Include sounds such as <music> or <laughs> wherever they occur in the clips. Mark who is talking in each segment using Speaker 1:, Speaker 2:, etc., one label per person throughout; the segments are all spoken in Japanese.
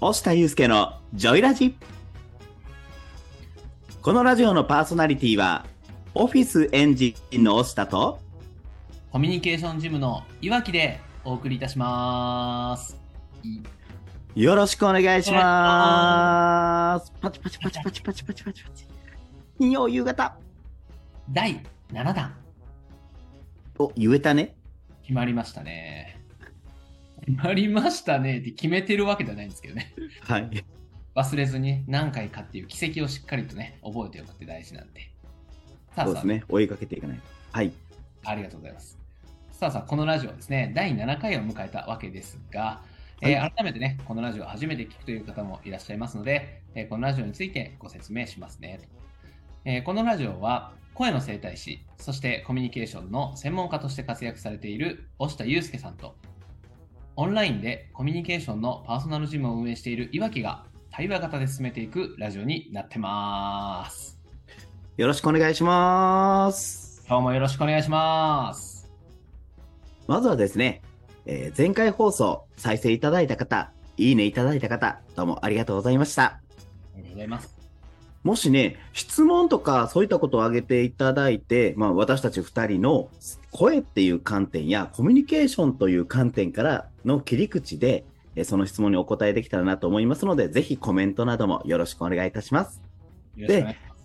Speaker 1: 押田祐介のジョイラジこのラジオのパーソナリティはオフィスエンジンの押田と
Speaker 2: コミュニケーションジムのいわきでお送りいたします。
Speaker 1: よろしくお願いしますパチパチパチパチパチパチパチパチ金曜夕方
Speaker 2: 第7弾、
Speaker 1: お言えたね
Speaker 2: 決まりましたね。決まりましたねって決めてるわけじゃないんですけ
Speaker 1: <laughs>
Speaker 2: どね。
Speaker 1: はい
Speaker 2: 忘れずに何回かっていう奇跡をしっかりとね、覚えておくって大事なんで。さあ
Speaker 1: そう
Speaker 2: さ
Speaker 1: で
Speaker 2: あ、
Speaker 1: すね追いかけていかないはい
Speaker 2: ありがとうございます。さあさあ、このラジオはですね、第7回を迎えたわけですが、えー
Speaker 1: は
Speaker 2: 改めてね、このラジオを初めて聞くという方もいらっしゃいますので、えーこのラジオについてご説明しますね。えーこのラジオは、声の整体師、そしてコミュニケーションの専門家として活躍されている押田祐介さんと、オンラインでコミュニケーションのパーソナルジムを運営しているいわきが、対話型で進めていくラジオになってます。
Speaker 1: よろしくお願いします
Speaker 2: 今日もよろしくお願いします。
Speaker 1: まずはですね、えー前回放送再生いただいた方いいねいただいた方どうもありがとうございました
Speaker 2: ありがとうございます。
Speaker 1: もしね、質問とかそういったことを挙げていただいて、まあ、私たち2人の声っていう観点やコミュニケーションという観点からの切り口で、えーその質問にお答えできたらなと思いますので、ぜひコメントなどもよろしくお願いいたします。
Speaker 2: よろしくお願いします。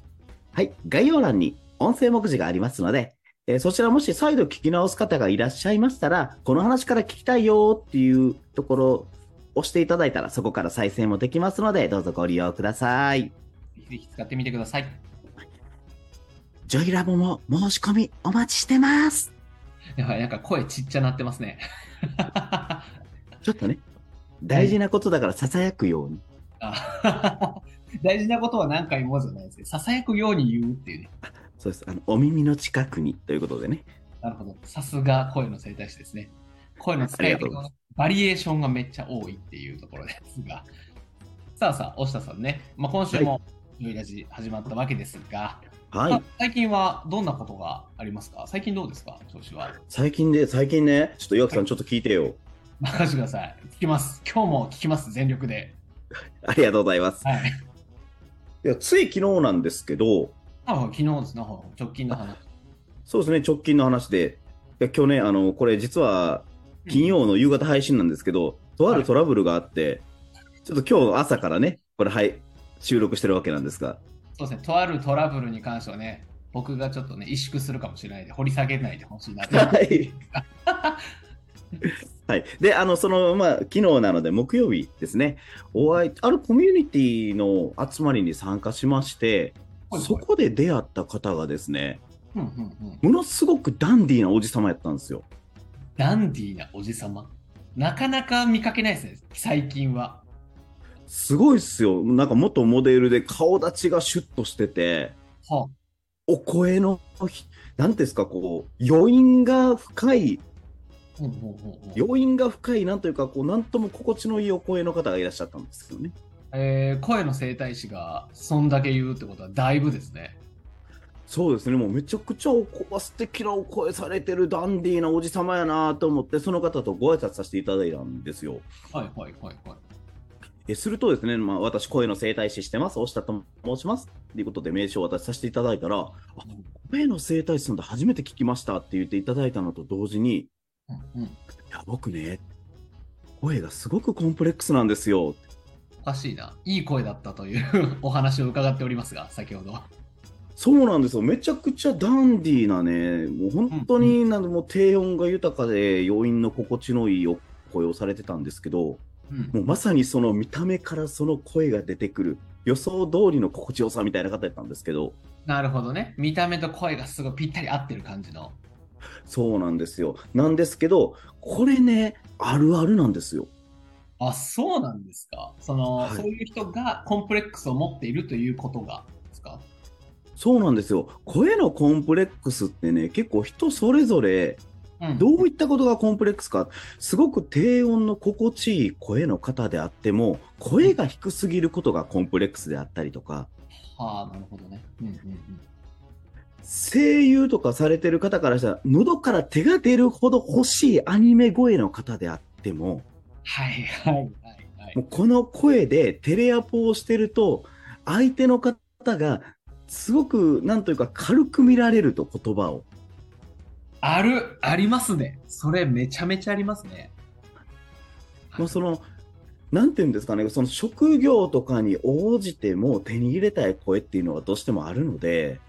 Speaker 1: はい、概要欄に音声目次がありますので、えーそちらもし再度聞き直す方がいらっしゃいましたら、この話から聞きたいよっていうところを押していただいたら、そこから再生もできますので、どうぞご利用ください。
Speaker 2: ぜひぜひ使ってみてください。
Speaker 1: ジョイラボも申し込みお待ちしてます。
Speaker 2: やばい、なんか声ちっちゃなってますね。 <laughs> あ
Speaker 1: ちょっとね、大事なことだからささやくように。
Speaker 2: <laughs> 大事なことは何回もじゃないですね。ささやくように言うっていうね。
Speaker 1: そうです。あの、お耳の近くにということでね。
Speaker 2: なるほど。さすが声の生態師ですね。声の使い
Speaker 1: ありがと
Speaker 2: 方
Speaker 1: うござい
Speaker 2: のバリエーションがめっちゃ多いっていうところですが。さあさあ、押田さんね。まあ、今週も、ジョイラジ始まったわけですが、
Speaker 1: は
Speaker 2: まあ
Speaker 1: い。
Speaker 2: 最近はどんなことがありますか最近どうですか調子は。
Speaker 1: 最近で、最近ね、ちょっと岩木さんちょっと聞いてよ。
Speaker 2: 任せてください。聞きます。今日も聞きます。全力で。
Speaker 1: ありがとうございます。
Speaker 2: はい。
Speaker 1: いや、つい昨日なんですけど、
Speaker 2: あ昨日ですね、直近の話。
Speaker 1: そうですね、直近の話で。いや、今日ね、あの、これ実は金曜の夕方配信なんですけど、とあるトラブルがあって、ちょっと今日朝からね、これ、はい、収録してるわけなんですが、
Speaker 2: そうですね、とあるトラブルに関してはね、僕がちょっとね、萎縮するかもしれないで、掘り下げないでほし
Speaker 1: <laughs>
Speaker 2: いなと。
Speaker 1: はい。
Speaker 2: <laughs>
Speaker 1: はい、であのその、まあ、昨日なので木曜日ですねお会いあるコミュニティの集まりに参加しまして
Speaker 2: はい
Speaker 1: そこで出会った方がですね
Speaker 2: うんうんうん。
Speaker 1: ものすごくダンディーなおじさまやったんですよ
Speaker 2: ダンディーなおじさま。なかなか見かけないですね、最近は。
Speaker 1: すごいっすよなんか元モデルで顔立ちがシュッとしてて
Speaker 2: は
Speaker 1: お声のひなんていうんですかこう余韻が深い
Speaker 2: あ、うんうんうんうん
Speaker 1: 余韻が深いなんというかこうなんとも心地のいいお声の方がいらっしゃったんですけどね
Speaker 2: えー声の整体師がそんだけ言うってことはだいぶですね。
Speaker 1: そうですね、もうめちゃくちゃおこ素敵なお声されてるダンディーなおじさまやなと思って、その方とご挨拶させていただいたんですよ。
Speaker 2: はいはいはいはい。
Speaker 1: えするとですね、まあ、私、声の整体師してます、押田と申しますっていうことで名刺を渡しさせていただいたら、声の整体師さんで初めて聞きましたって言っていただいたのと同時に、い
Speaker 2: うんうん、
Speaker 1: や、僕ね、声がすごくコンプレックスなんですよ。
Speaker 2: おかしいな。いい声だったという <laughs> お話を伺っておりますが、先ほど。
Speaker 1: そうなんですよ。めちゃくちゃダンディーなね、もう本当になんかもう低音が豊かで余韻の心地のいいお声をされてたんですけど、
Speaker 2: うん
Speaker 1: もうまさにその見た目からその声が出てくる予想通りの心地よさみたいな方やったんですけど、
Speaker 2: なるほどね。見た目と声がすごいぴったり合ってる感じの。
Speaker 1: そうなんですよ。なんですけど、これね、あるあるなんですよ。
Speaker 2: あ、そうなんですか。その、
Speaker 1: はい
Speaker 2: そういう人がコンプレックスを持っているということがですか。
Speaker 1: そうなんですよ。声のコンプレックスってね、結構人それぞれ
Speaker 2: うん
Speaker 1: どういったことがコンプレックスか、すごく低音の心地いい声の方であっても、声が低すぎることがコンプレックスであったりとか、
Speaker 2: はあ、なるほどね。うんうんうん。
Speaker 1: 声優とかされてる方からしたら、喉から手が出るほど欲しいアニメ声の方であっても、
Speaker 2: はいはいはいはいはい
Speaker 1: もうこの声でテレアポをしてると相手の方がすごくなんというか軽く見られると言葉を
Speaker 2: ある、ありますね。それめちゃめちゃありますね。
Speaker 1: もうそのなんていうんですかねその職業とかに応じても手に入れたい声っていうのはどうしてもあるので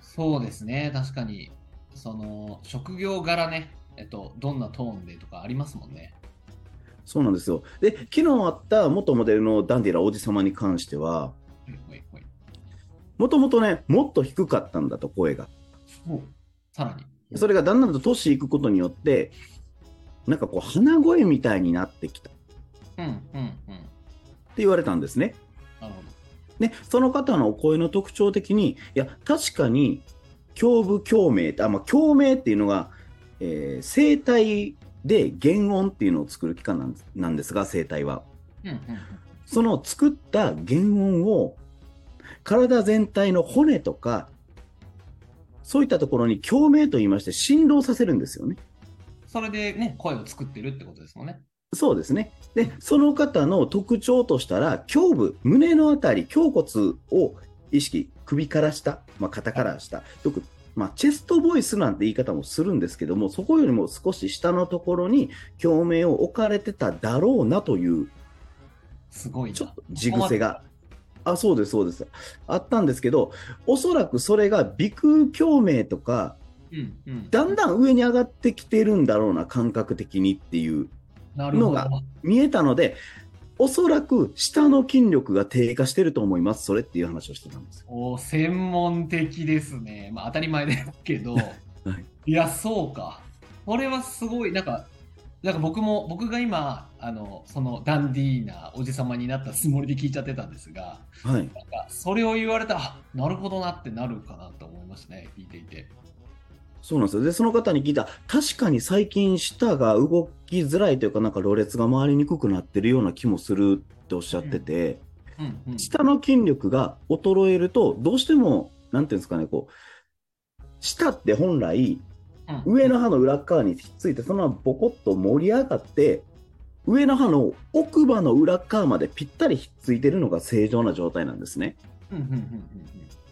Speaker 2: そうですね、確かに。その、職業柄ね、えっと、どんなトーンでとかありますもんね。
Speaker 1: そうなんですよで昨日あった元モデルのダンディラ王子様に関しては
Speaker 2: ほいほいほい
Speaker 1: もともとねもっと低かったんだと声が
Speaker 2: おさらに。
Speaker 1: それがだんだんと年いくことによってなんかこう鼻声みたいになってきたって
Speaker 2: うんうんうん。
Speaker 1: 言われたんですね
Speaker 2: なるほど。
Speaker 1: ね、その方のお声の特徴的に、いや、確かに、胸部共鳴って、あ、まあ、共鳴っていうのが、えー声帯で原音っていうのを作る器官なんですなんですが、声帯は。
Speaker 2: うんうんうん。
Speaker 1: その作った原音を、体全体の骨とか、そういったところに共鳴と言いまして振動させるんですよね。
Speaker 2: それでね、声を作ってるってことですもんね。
Speaker 1: そうですね。で、その方の特徴としたら、胸部、胸のあたり、胸骨を意識、首から下、まあ、肩から下、よく、まあ、チェストボイスなんて言い方もするんですけども、そこよりも少し下のところに共鳴を置かれてただろうなという、
Speaker 2: すごいな。
Speaker 1: ちょっと地癖が。あ、そうです、そうです。あったんですけど、おそらくそれが鼻腔共鳴とか、
Speaker 2: うんうん。
Speaker 1: だんだん上に上がってきてるんだろうな、感覚的にっていう。
Speaker 2: なるほ
Speaker 1: のが
Speaker 2: ど。
Speaker 1: 見えたので、おそらく下の筋力が低下してると思います、それっていう話をしてたんですよ。
Speaker 2: お専門的ですね。まあ当たり前です
Speaker 1: <laughs>
Speaker 2: けど。い、や、そうか。これはすごい、なんか、なんか僕も、僕が今、あの、そのダンディーなおじさまになったつもりで聞いちゃってたんですが、
Speaker 1: はい、
Speaker 2: なんか、それを言われたら、あなるほどなってなるかなと思いましたね、聞いていて。
Speaker 1: そうなんですよでその方に聞いた確かに最近舌が動きづらいというかなんかろれつが回りにくくなってるような気もするっておっしゃってて、
Speaker 2: うんうん。
Speaker 1: 舌の筋力が衰えるとどうしてもなんていうんですかねこう舌って本来
Speaker 2: うん
Speaker 1: 上の歯の裏側にひっついてそのままボコッと盛り上がって上の歯の奥歯の裏側までぴったりひっついてるのが正常な状態なんですね
Speaker 2: うんうんうん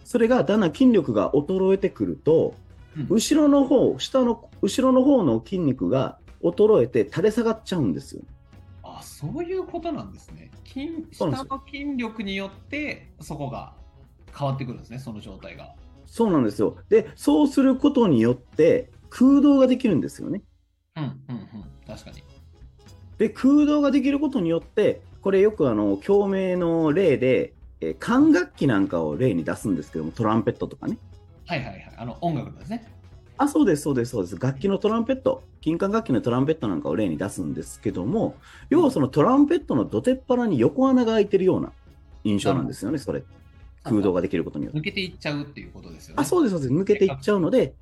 Speaker 1: それがだんだん筋力が衰えてくると
Speaker 2: うんうん。
Speaker 1: 後ろの方下の後ろの方の筋肉が衰えて垂れ下がっちゃうんですよ
Speaker 2: あ、そういうことなんですね。筋
Speaker 1: そうな
Speaker 2: 下
Speaker 1: んです
Speaker 2: の筋力によって、そこが変わってくるんですね、その状態が。
Speaker 1: そうなんですよでそうすることによって空洞ができるんですよね
Speaker 2: うんうんうん。確かに。
Speaker 1: で空洞ができることによってこれよくあの共鳴の例で、えー管楽器なんかを例に出すんですけどもトランペットとかね
Speaker 2: はいはいはい。あの、音楽のですね。
Speaker 1: あ、そうです、そうです、そうです。楽器のトランペット、金管楽器のトランペットなんかを例に出すんですけども、要はそのトランペットのどてっぱらに横穴が開いてるような印象なんですよね、それ。空洞ができることによって。
Speaker 2: 抜けていっちゃうっていうことですよね。
Speaker 1: あ、そうです、そうです。抜けていっちゃうので、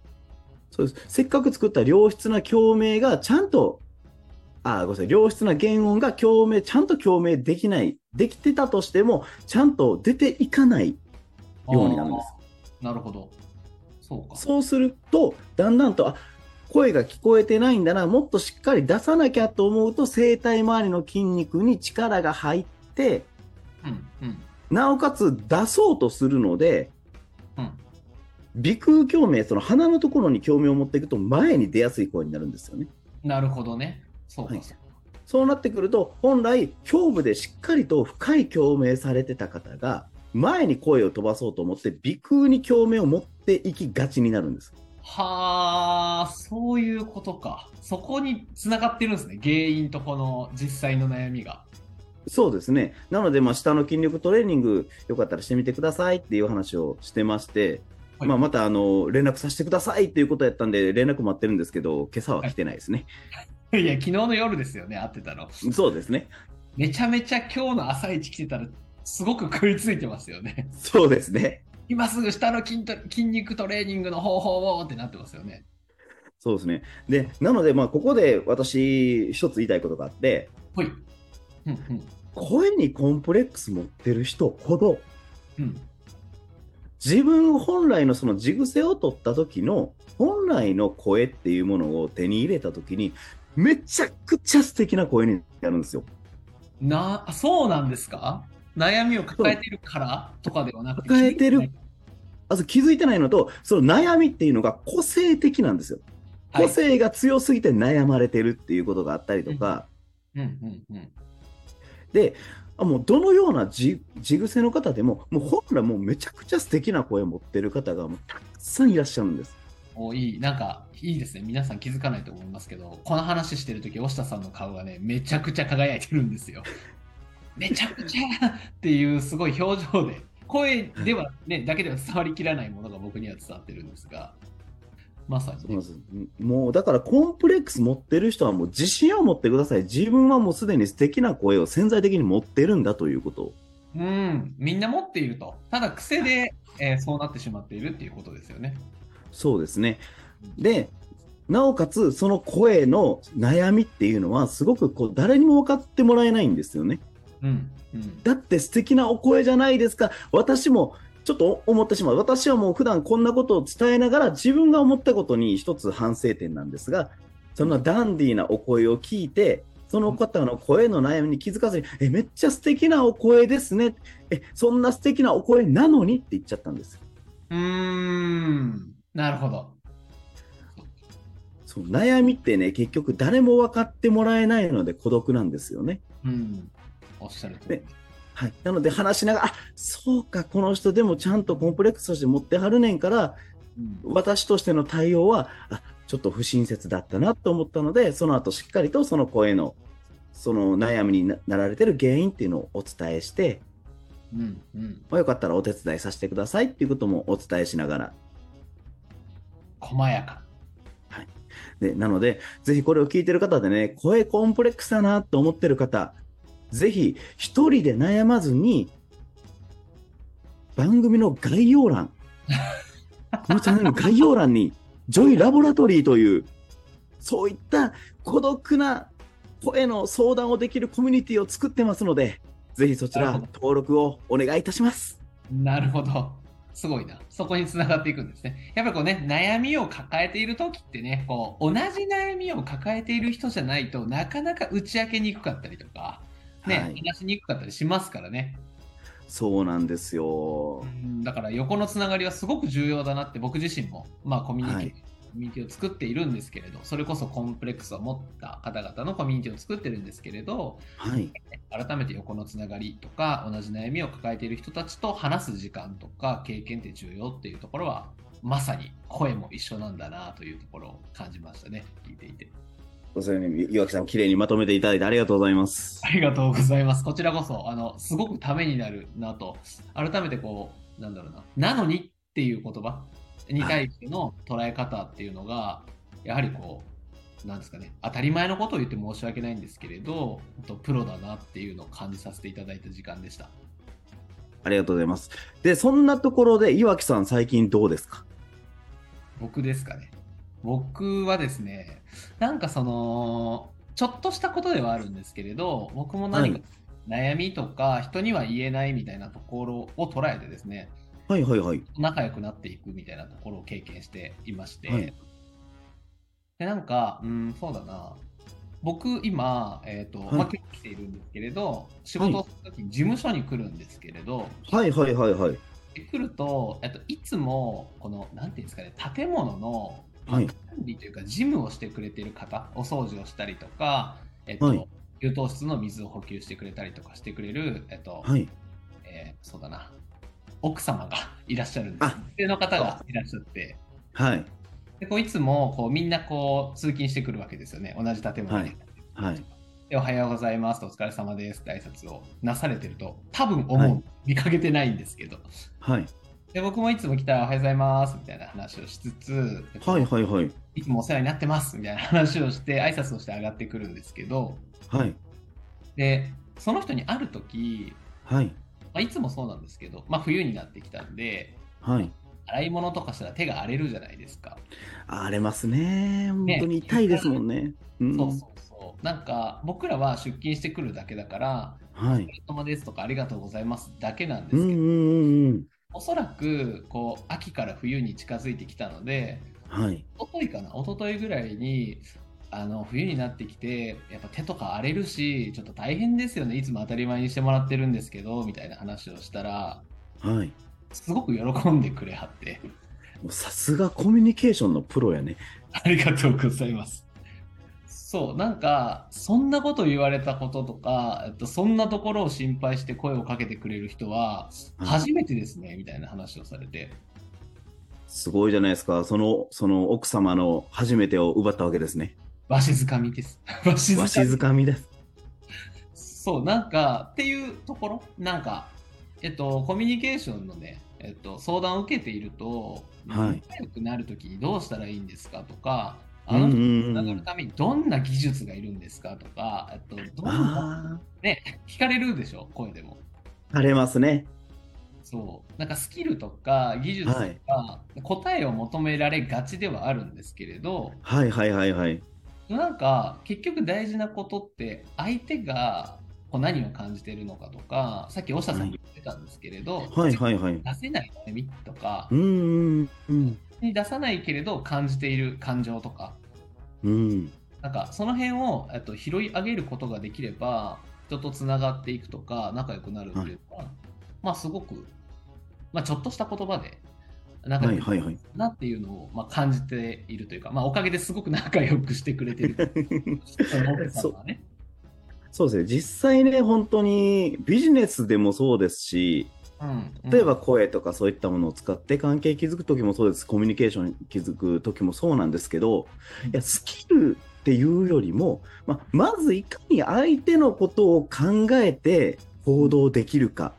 Speaker 1: そうです。せっかく作った良質な共鳴がちゃんと、あ、ごめんなさい、良質な原音が共鳴、ちゃんと共鳴できない、できてたとしても、ちゃんと出ていかないようになるんです。
Speaker 2: あー。なるほど。そうか。
Speaker 1: そうすると、だんだんと、あ声が聞こえてないんだな、もっとしっかり出さなきゃと思うと、声帯周りの筋肉に力が入って、
Speaker 2: うんうん
Speaker 1: なおかつ出そうとするので、
Speaker 2: うん。
Speaker 1: 鼻腔共鳴、その鼻のところに共鳴を持っていくと、前に出やすい声になるんですよね。
Speaker 2: なるほどね。そうか。
Speaker 1: はい
Speaker 2: そうか
Speaker 1: そうなってくると、本来、胸部でしっかりと深い共鳴されてた方が、前に声を飛ばそうと思って、鼻腔に共鳴を持っていきがちになるんです。
Speaker 2: はあ、そういうことか。そこに繋がってるんですね。原因とこの実際の悩みが。 <laughs>
Speaker 1: そうですね。なので、まあ、下の筋力トレーニング、よかったらしてみてくださいっていう話をしてまして、
Speaker 2: はい
Speaker 1: まあ、また、あの、連絡させてくださいっていうことやったんで、連絡待ってるんですけど、今朝は来てないですね。
Speaker 2: いや、昨日の夜ですよね、会ってたの。
Speaker 1: そうですね。
Speaker 2: めちゃめちゃ今日の朝一来てたら、すごく食いついてますよね。 <laughs>
Speaker 1: <laughs> そうですね。
Speaker 2: 今すぐ下の筋ト筋肉トレーニングの方法をってなってますよね。
Speaker 1: そうですね。で、なので、まあ、ここで私、一つ言いたいことがあって、
Speaker 2: ほい。うんうん。
Speaker 1: 声にコンプレックス持ってる人ほど、
Speaker 2: うん。
Speaker 1: 自分本来のその地癖を取った時の本来の声っていうものを手に入れた時にめちゃくちゃ素敵な声になるんですよ。
Speaker 2: なあそうなんですか悩みを抱えているからとかではなくて
Speaker 1: 抱えてるあと気づいてないのと、その悩みっていうのが個性的なんですよ。
Speaker 2: はい
Speaker 1: 個性が強すぎて悩まれてるっていうことがあったりとか、
Speaker 2: うんうんうん
Speaker 1: で、あもうどのようなじ地癖の方でも、もうほらもうめちゃくちゃ素敵な声を持ってる方がもうたくさんいらっしゃるんです。
Speaker 2: おいいなんかいいですね皆さん気づかないと思いますけどこの話してる時押下さんの顔がねめちゃくちゃ輝いてるんですよ <laughs> めちゃくちゃっていうすごい表情で声ではねだけでは伝わりきらないものが僕には伝わってるんですがまさに
Speaker 1: そうなん
Speaker 2: ね
Speaker 1: ですもうだからコンプレックス持ってる人はもう自信を持ってください。自分はもうすでに素敵な声を潜在的に持ってるんだということを。
Speaker 2: うんみんな持っているとただ癖で、えーそうなってしまっているっていうことですよね
Speaker 1: そうですね。で、なおかつ、その声の悩みっていうのは、すごくこう、誰にも分かってもらえないんですよね。
Speaker 2: うんうん
Speaker 1: だって素敵なお声じゃないですか。私も、ちょっと思ってしまう。私はもう普段こんなことを伝えながら、自分が思ったことに一つ反省点なんですが、そのダンディーなお声を聞いて、その方の声の悩みに気づかずに、え、めっちゃ素敵なお声ですね。え、そんな素敵なお声なのにって言っちゃったんですよ。
Speaker 2: うーんなるほど
Speaker 1: そう悩みってね結局誰も分かってもらえないので孤独なんですよね。
Speaker 2: うんおっしゃるとり
Speaker 1: ねはい、なので話しながらあそうかこの人でもちゃんとコンプレックスとして持ってはるねんから
Speaker 2: うん
Speaker 1: 私としての対応はあちょっと不親切だったなと思ったのでその後しっかりとその声のその悩みにななられてる原因っていうのをお伝えして、
Speaker 2: うんうん
Speaker 1: まあ、よかったらお手伝いさせてくださいっていうこともお伝えしながら
Speaker 2: 細やか
Speaker 1: で、なので、ぜひこれを聞いてる方でね、声コンプレックスだなと思ってる方、ぜひ一人で悩まずに、番組の概要
Speaker 2: <laughs>
Speaker 1: 欄、このチャンネルの概要欄に、ジョイラボラトリーという、そういった孤独な声の相談をできるコミュニティを作ってますので、ぜひそち
Speaker 2: な
Speaker 1: ら
Speaker 2: るほど
Speaker 1: 登録をお願いいたします。
Speaker 2: なるほど。すごいな。そこにつながっていくんですね。やっぱりこうね、悩みを抱えている時ってね、こう、同じ悩みを抱えている人じゃないとなかなか打ち明けにくかったりとか、ね、
Speaker 1: はい
Speaker 2: 話しにくかったりしますからね。
Speaker 1: そうなんですよ
Speaker 2: う。んだから横のつながりはすごく重要だなって僕自身も、まあコミュニティ、
Speaker 1: はい
Speaker 2: コミュニティを作っているんですけれど、それこそコンプレックスを持った方々のコミュニティを作ってるんですけれど、
Speaker 1: はい。
Speaker 2: 改めて横のつながりとか同じ悩みを抱えている人たちと話す時間とか経験って重要っていうところはまさに声も一緒なんだなというところを感じましたね聞いていて
Speaker 1: それに岩木さん、綺麗にまとめていただいてありがとうございます。
Speaker 2: ありがとうございますこちらこそあのすごくためになるなと改めてこうなんだろうななのにっていう言葉に対しての捉え方っていうのがやはりこうなんですかね当たり前のことを言って申し訳ないんですけれどほんとプロだなっていうのを感じさせていただいた時間でした
Speaker 1: ありがとうございます。で、そんなところで、岩木さん、最近どうですか
Speaker 2: 僕ですかね。僕はですね、なんかその、ちょっとしたことではあるんですけれど、僕も何か悩みとか、人には言えないみたいなところを捉えてですね、
Speaker 1: はいはいはい。
Speaker 2: 仲良くなっていくみたいなところを経験していまして、
Speaker 1: はい
Speaker 2: でなんか、うん、そうだな、僕、今、えっ、と、
Speaker 1: はい
Speaker 2: まあ、今日来ているんですけれど、仕事をするときに事務所に来るんですけれど、
Speaker 1: はいはいはいはい。
Speaker 2: 来ると、えっと、いつも、この、なんていうんですかね、建物の、
Speaker 1: はい
Speaker 2: 管理というか、事務をしてくれている方、お掃除をしたりとか、えっと、
Speaker 1: はい
Speaker 2: 給湯室の水を補給してくれたりとかしてくれる、えっと、
Speaker 1: はい。
Speaker 2: えーそうだな、奥様が <laughs> いらっしゃるんです。
Speaker 1: あ
Speaker 2: 女性の方がいらっしゃって、
Speaker 1: はい。
Speaker 2: でこういつもこうみんなこう通勤してくるわけですよね、同じ建物に。
Speaker 1: はいはい。
Speaker 2: でおはようございますとお疲れ様ですって挨拶をなされてると多分思う、見かけてないんですけど
Speaker 1: はい。
Speaker 2: で僕もいつも来たらおはようございますみたいな話をしつつ、
Speaker 1: はいはいはい。
Speaker 2: いつもお世話になってますみたいな話をして挨拶をして上がってくるんですけど
Speaker 1: はい。
Speaker 2: でその人にある時、
Speaker 1: はい。
Speaker 2: まあ、いつもそうなんですけど、まあ、冬になってきたんで
Speaker 1: はい。
Speaker 2: 洗い物とかしたら手が荒れるじゃないですか、
Speaker 1: 荒れますね。本当に痛いですもんね。うん。
Speaker 2: そうそうそうなんか僕らは出勤してくるだけだから
Speaker 1: はい
Speaker 2: 「お。疲れ様です」とか「ありがとうございます」だけなんで
Speaker 1: うん
Speaker 2: す
Speaker 1: う
Speaker 2: けど、
Speaker 1: んうんうん。
Speaker 2: おそらくこう秋から冬に近づいてきたので
Speaker 1: はい。
Speaker 2: 一昨日かな一昨日ぐらいにあの冬になってきてやっぱ手とか荒れるしちょっと大変ですよねいつも当たり前にしてもらってるんですけどみたいな話をしたら
Speaker 1: はい。
Speaker 2: すごく喜んでくれはって <laughs>
Speaker 1: もうさすがコミュニケーションのプロやね。
Speaker 2: ありがとうございます。そう、なんか、そんなこと言われたこととか、えっと、そんなところを心配して声をかけてくれる人は、
Speaker 1: うん
Speaker 2: 初めてですね、みたいな話をされて、
Speaker 1: すごいじゃないですか。その、その奥様の初めてを奪ったわけですね。
Speaker 2: わしづかみです。わしづかみ
Speaker 1: わしづかみです。
Speaker 2: そう、なんか、っていうところ、なんか、えっと、コミュニケーションのね、えっと、相談を受けていると、
Speaker 1: はい
Speaker 2: 仲良くなるときにどうしたらいいんですかとか、
Speaker 1: う
Speaker 2: あ
Speaker 1: んう
Speaker 2: の
Speaker 1: ん
Speaker 2: 人と
Speaker 1: う
Speaker 2: 繋がる
Speaker 1: ん。
Speaker 2: ためにどんな技術がいるんですかとか、えっと、どんな
Speaker 1: あ
Speaker 2: 聞かれるでしょ、声でも。
Speaker 1: あ、晴れますね。
Speaker 2: そうなんかスキルとか技術とか、答えを求められがちではあるんですけれど
Speaker 1: はいはいはいはい。
Speaker 2: なんか結局大事なことって相手がこう何を感じてるのかとかさっき大下さんが言ってたんですけれど、
Speaker 1: はいはいはい。
Speaker 2: 出せない悩みとか
Speaker 1: う、んうんうん。
Speaker 2: に出さないけれど感じている感情とか
Speaker 1: うん。
Speaker 2: なんかその辺をえっと拾い上げることができれば人とつながっていくとか仲良くなるっていうのは、まあすごく、まあ、ちょっとした言葉で仲
Speaker 1: は
Speaker 2: 良
Speaker 1: い
Speaker 2: く
Speaker 1: はい
Speaker 2: <laughs>
Speaker 1: はい。
Speaker 2: なっていうのを、まあ、感じているというか、まあ、おかげですごく仲良くしてくれ
Speaker 1: <laughs>
Speaker 2: てるその奥さんはね。
Speaker 1: そうですね。実際ね、本当にビジネスでもそうですし、
Speaker 2: うんうん
Speaker 1: 例えば声とかそういったものを使って関係築く時もそうですコミュニケーション築く時もそうなんですけど
Speaker 2: うん
Speaker 1: いやスキルっていうよりも、まあまずいかに相手のことを考えて行動できるか、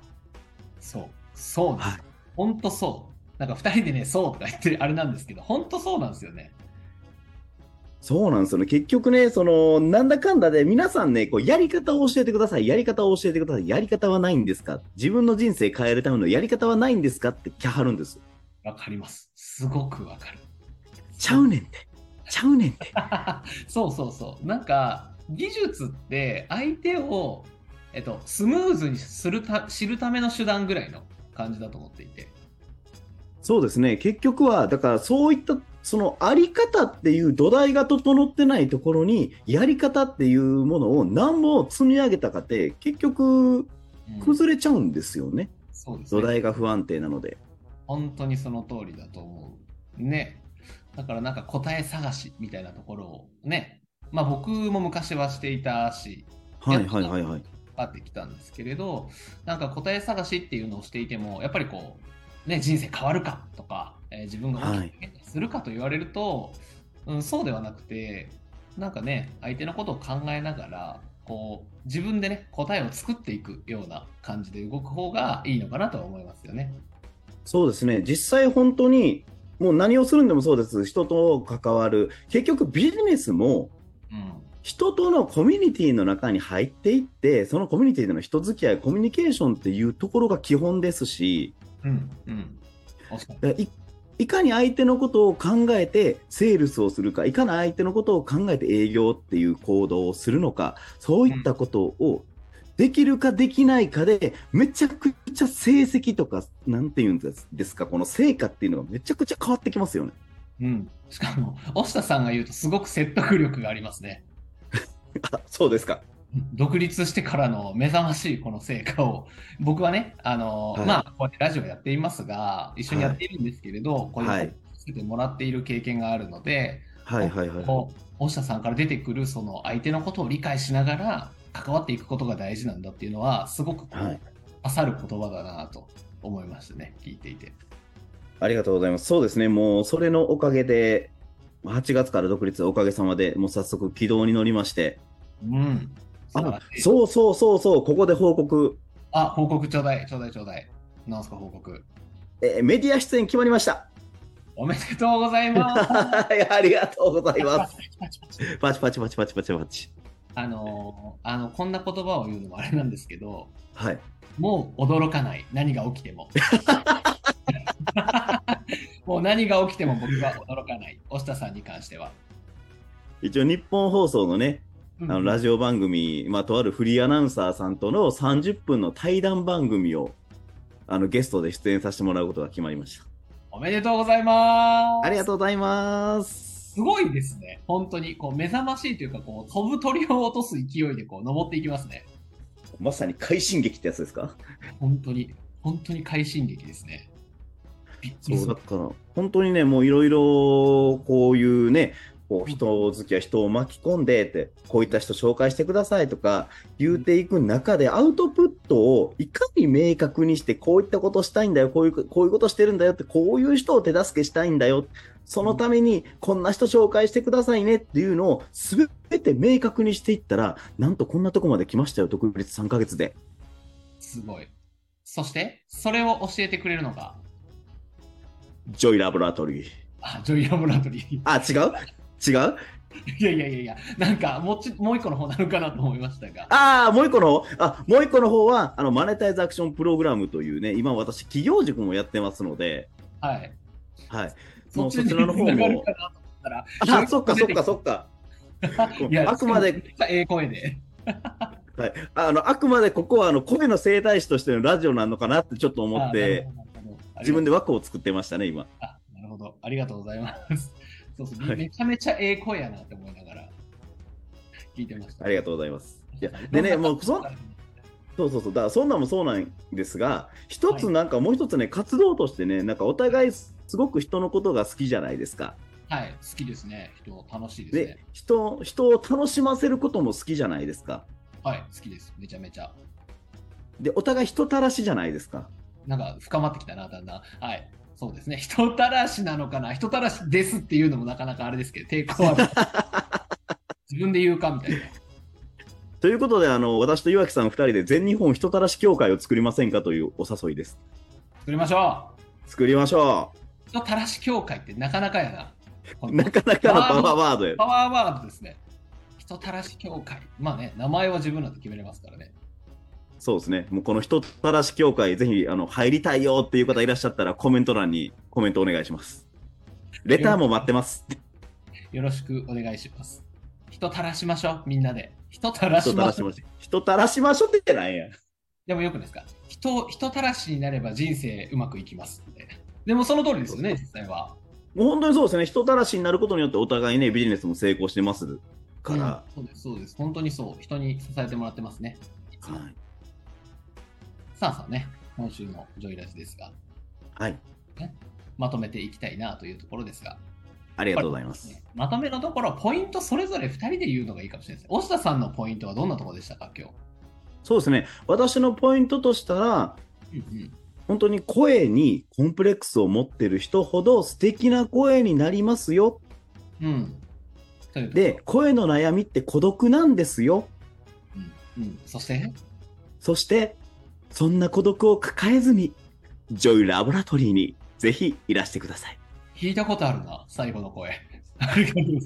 Speaker 2: そうそうなん
Speaker 1: は
Speaker 2: です本当そうなんか2人でねそうとか言ってるあれなんですけど本当そうなんですよね
Speaker 1: そうなんですよね結局ねそのなんだかんだで皆さんねこうやり方を教えてくださいやり方を教えてくださいやり方はないんですか自分の人生変えるためのやり方はないんですかって来はるんです
Speaker 2: わかりますすごくわかる
Speaker 1: ちゃうねんってちゃうねんって
Speaker 2: <laughs> そうそうそうなんか技術って相手を、えっと、スムーズにするた知るための手段ぐらいの感じだと思っていて
Speaker 1: そうですね、結局は、だからそういった、そのあり方っていう土台が整ってないところに、やり方っていうものを何も積み上げたかって、結局、
Speaker 2: うん
Speaker 1: 崩れちゃうんですよね、
Speaker 2: そうです
Speaker 1: 土
Speaker 2: ね
Speaker 1: 台が不安定なので。
Speaker 2: 本当にその通りだと思う。ね。だからなんか答え探しみたいなところをね。まあ僕も昔はしていたし、
Speaker 1: はいはいはいはい。
Speaker 2: あってきたんですけれど、なんか答え探しっていうのをしていても、やっぱりこう、ね、人生変わるかとか、えー自分が大きく変化するかと言われると、うん、そうではなくて、なんかね、相手のことを考えながら、こう、自分でね、答えを作っていくような感じで動く方がいいのかなとは思いますよね。
Speaker 1: そうですね、実際本当に、もう何をするんでもそうです、人と関わる、結局ビジネスも、
Speaker 2: うん。
Speaker 1: 人とのコミュニティの中に入っていって、そのコミュニティでの人付き合い、コミュニケーションっていうところが基本ですし、
Speaker 2: うん。うん。おっしゃる
Speaker 1: だからいいかに相手のことを考えてセールスをするかいかに相手のことを考えて営業っていう行動をするのかそういったことをできるかできないかでめちゃくちゃ成績とかなんていうんですかこの成果っていうのがめちゃくちゃ変わってきますよね。
Speaker 2: うん、しかも、押下さんが言うと、すごく説得力がありますね。
Speaker 1: あそうですか。
Speaker 2: 独立してからの目覚ましいこの成果を、 <laughs> 僕はね、あの
Speaker 1: はい
Speaker 2: まあ、こうやってラジオやっていますが、一緒にやっているんですけれど、こういう
Speaker 1: はい
Speaker 2: ことをさせてもらっている経験があるので、
Speaker 1: はいはいはい。
Speaker 2: こう押下さんから出てくるその相手のことを理解しながら、関わっていくことが大事なんだっていうのは、すごくこう、
Speaker 1: はい
Speaker 2: 刺さる言葉だなと思いましたね、聞いていて。
Speaker 1: ありがとうございます。そうですね、もうそれのおかげで8月から独立おかげさまでもう早速軌道に乗りまして
Speaker 2: うん、素晴
Speaker 1: あ
Speaker 2: らしい
Speaker 1: そうそうそうそうここで報告、
Speaker 2: あ、報告ちょうだい、ちょうだい、ちょうだい。なんすか、報告。
Speaker 1: えーメディア出演決まりました。
Speaker 2: おめでとうございます。
Speaker 1: <laughs> はい、ありがとうございます。パチパチパチパチパチパチ。
Speaker 2: あのーあの、こんな言葉を言うのもあれなんですけど、
Speaker 1: はい。
Speaker 2: もう驚かない、何が起きても。 <laughs> もう何が起きても僕は驚かない、押下さんに関しては。
Speaker 1: 一応、日本放送のね、あのラジオ番組、まあ、とあるフリーアナウンサーさんとの30分の対談番組を、あの、ゲストで出演させてもらうことが決まりました。
Speaker 2: おめでとうございます。
Speaker 1: ありがとうございます。
Speaker 2: すごいですね。本当に、こう、目覚ましいというか、こう、飛ぶ鳥を落とす勢いで、こう、登っていきますね。
Speaker 1: まさに快進撃ってやつですか
Speaker 2: 本当に、本当に快進撃ですね。びっくり
Speaker 1: そ
Speaker 2: す
Speaker 1: うだ
Speaker 2: る。
Speaker 1: から本当にねもういろいろこういうねこう人付きや人を巻き込んでってこういった人紹介してくださいとか言うていく中でアウトプットをいかに明確にしてこういったことしたいんだよこういうこういうことしてるんだよってこういう人を手助けしたいんだよそのためにこんな人紹介してくださいねっていうのを全て明確にしていったらなんとこんなとこまで来ましたよ特別3ヶ月で。
Speaker 2: すごい。そして、それを教えてくれるのが、
Speaker 1: ジョイラボラトリー。
Speaker 2: あ、ジョイラボラトリー。
Speaker 1: あ違う違う
Speaker 2: いやいやいやいや、なんかもうち、もう一個の方なのかなと思いましたが。
Speaker 1: ああ、もう一個の方あ、もう一個の方は、あの、マネタイズアクションプログラムというね、今私、企業塾もやってますので、
Speaker 2: はい。
Speaker 1: はい。
Speaker 2: そっち
Speaker 1: もうそちらの方も
Speaker 2: に繋がるかなと思ったら、
Speaker 1: あ、そっかそっかそっか。
Speaker 2: いや
Speaker 1: あくまで、。
Speaker 2: ええ声で。
Speaker 1: はい、あの、あくまでここは、あの、声の生態師としてのラジオなのかなってちょっと思って、
Speaker 2: あ。なるほどなるほど
Speaker 1: 自分で枠を作ってましたね、今。
Speaker 2: あ、なるほど。ありがとうございます。 <laughs> そうそう、
Speaker 1: はい
Speaker 2: めちゃめちゃええ声やなって思いながら聞いてました。
Speaker 1: ありがとうございます。いや、でね、もう、そん
Speaker 2: は、い
Speaker 1: そうそうそう、だからそんなんもそうなんですが、一つなんか、もう一つね、活動としてね、なんかお互いすごく人のことが好きじゃないですか。
Speaker 2: はい、好きですね。人楽しいです
Speaker 1: で
Speaker 2: ね。
Speaker 1: 人人を楽しませることも好きじゃないですか。
Speaker 2: はい、好きです。めちゃめちゃ。
Speaker 1: でお互い人たらしじゃないですか。
Speaker 2: なんか深まってきたな、だんだん。はい。そうですね。人たらしなのかな人たらしですっていうのもなかなかあれですけど、抵抗ある。
Speaker 1: <laughs>
Speaker 2: 自分で言うかみたいな。
Speaker 1: ということであの私と岩木さん2人で全日本人たらし協会を作りませんかというお誘いです。
Speaker 2: 作りましょ
Speaker 1: 作りましょ
Speaker 2: う人たらし協会ってなかなかやな。こ
Speaker 1: う。
Speaker 2: の
Speaker 1: なかなかのパワーワードや。
Speaker 2: パワーワードですね。人たらし協会。まあね、名前は自分らで決めれますからね。
Speaker 1: そうですね。もうこの人たらし協会ぜひあの入りたいよっていう方いらっしゃったらコメント欄にコメントお願いします。レターも待ってます。
Speaker 2: よろしくお願いします。人たらしましょう、みんなで。人たらし
Speaker 1: 人た
Speaker 2: ま
Speaker 1: ら
Speaker 2: し
Speaker 1: し
Speaker 2: ょう。
Speaker 1: ましょう。人たらしましょうってなんや。
Speaker 2: でもよくないですか人人たらしになれば人生うまくいきますみたいな。でもその通りですよね、実際は。
Speaker 1: もう本当にそうですね。人たらしになることによってお互いねビジネスも成功してますから。
Speaker 2: うんそうです、そうです。本当にそう。人に支えてもらってますね。いつも
Speaker 1: はい。
Speaker 2: さあさあね、今週のジョイラジですが、
Speaker 1: はい。
Speaker 2: まとめていきたいなというところですが、
Speaker 1: ありがとうございます。
Speaker 2: まとめのところ、ポイントそれぞれ2人で言うのがいいかもしれないです。押田さんのポイントはどんなところでしたか、今
Speaker 1: そうですね。私のポイントとしたら、
Speaker 2: 日。うんうん、
Speaker 1: 本当に声にコンプレックスを持ってる人ほど素敵な声になりますよ。
Speaker 2: うん。というところ
Speaker 1: で、、声の悩みって孤独なんですよ。
Speaker 2: うんうん、そして、
Speaker 1: そして、そんな孤独を抱えずに、ジョイラボラトリーにぜひいらしてください。
Speaker 2: 聞いたことあるな、最後の声。ありがとうございま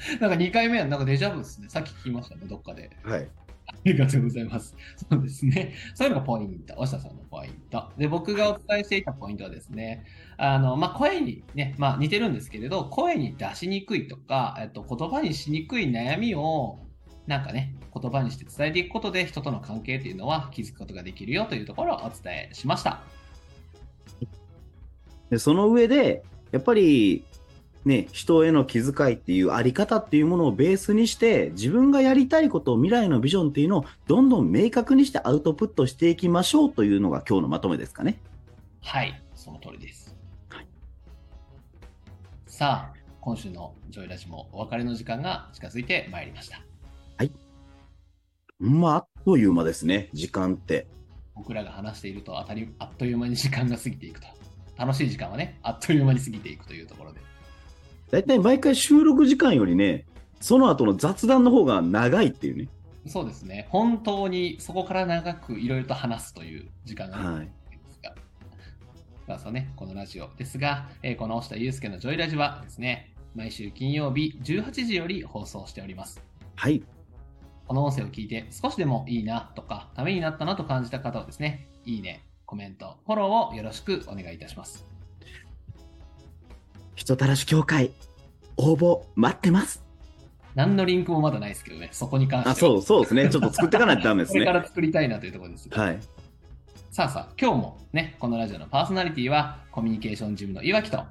Speaker 2: す。なんか2回目はなんかデジャブですね。さっき聞きましたね、どっかで。
Speaker 1: はい。
Speaker 2: ありがとうございます。そうですね。そういうのがポイント。おしゃさんのポイント。で、僕がお伝えしていたポイントはですね、あの、まあ、声にね、まあ、似てるんですけれど、声に出しにくいとか、えっと、言葉にしにくい悩みを、なんかね、言葉にして伝えていくことで、人との関係っていうのは気づくことができるよというところをお伝えしました。
Speaker 1: でその上でやっぱりね人への気遣いっていうあり方っていうものをベースにして自分がやりたいこと未来のビジョンっていうのをどんどん明確にしてアウトプットしていきましょうというのが今日のまとめですかね
Speaker 2: はい、その通りです。
Speaker 1: はい
Speaker 2: さあ、今週のジョイラジもお別れの時間が近づいてまいりました。
Speaker 1: まああっという間ですね時間って
Speaker 2: 僕らが話していると当たりあっという間に時間が過ぎていくと。楽しい時間はね、あっという間に過ぎていくというところで。
Speaker 1: だいたい毎回収録時間よりねその後の雑談の方が長いっていうね
Speaker 2: そうですね、本当にそこから長くいろいろと話すという時間があ
Speaker 1: は
Speaker 2: る
Speaker 1: い
Speaker 2: んですが、まあそうね、このラジオですが、えーこの押下祐介のジョイラジはですね、毎週金曜日18時より放送しております。
Speaker 1: はい
Speaker 2: この音声を聞いて少しでもいいなとか、ためになったなと感じた方はですね、いいね、コメント、フォローをよろしくお願いいたします。
Speaker 1: 人たらし協会応募待ってます
Speaker 2: 何のリンクもまだないですけどね、そこに関しては。
Speaker 1: あそううそうですねちょっと作っていかないとダメです
Speaker 2: これか
Speaker 1: ね
Speaker 2: ら作りたいなというところです。
Speaker 1: はい
Speaker 2: さあさあ、今日もね、このラジオのパーソナリティは、コミュニケーションジムのいわきと、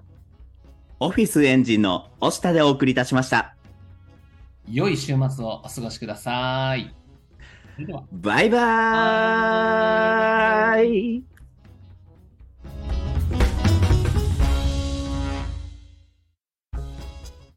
Speaker 1: オフィスエンジンの押下でお送りいたしました。
Speaker 2: 良い週末をお過ごしください。それでは
Speaker 1: バイバーイ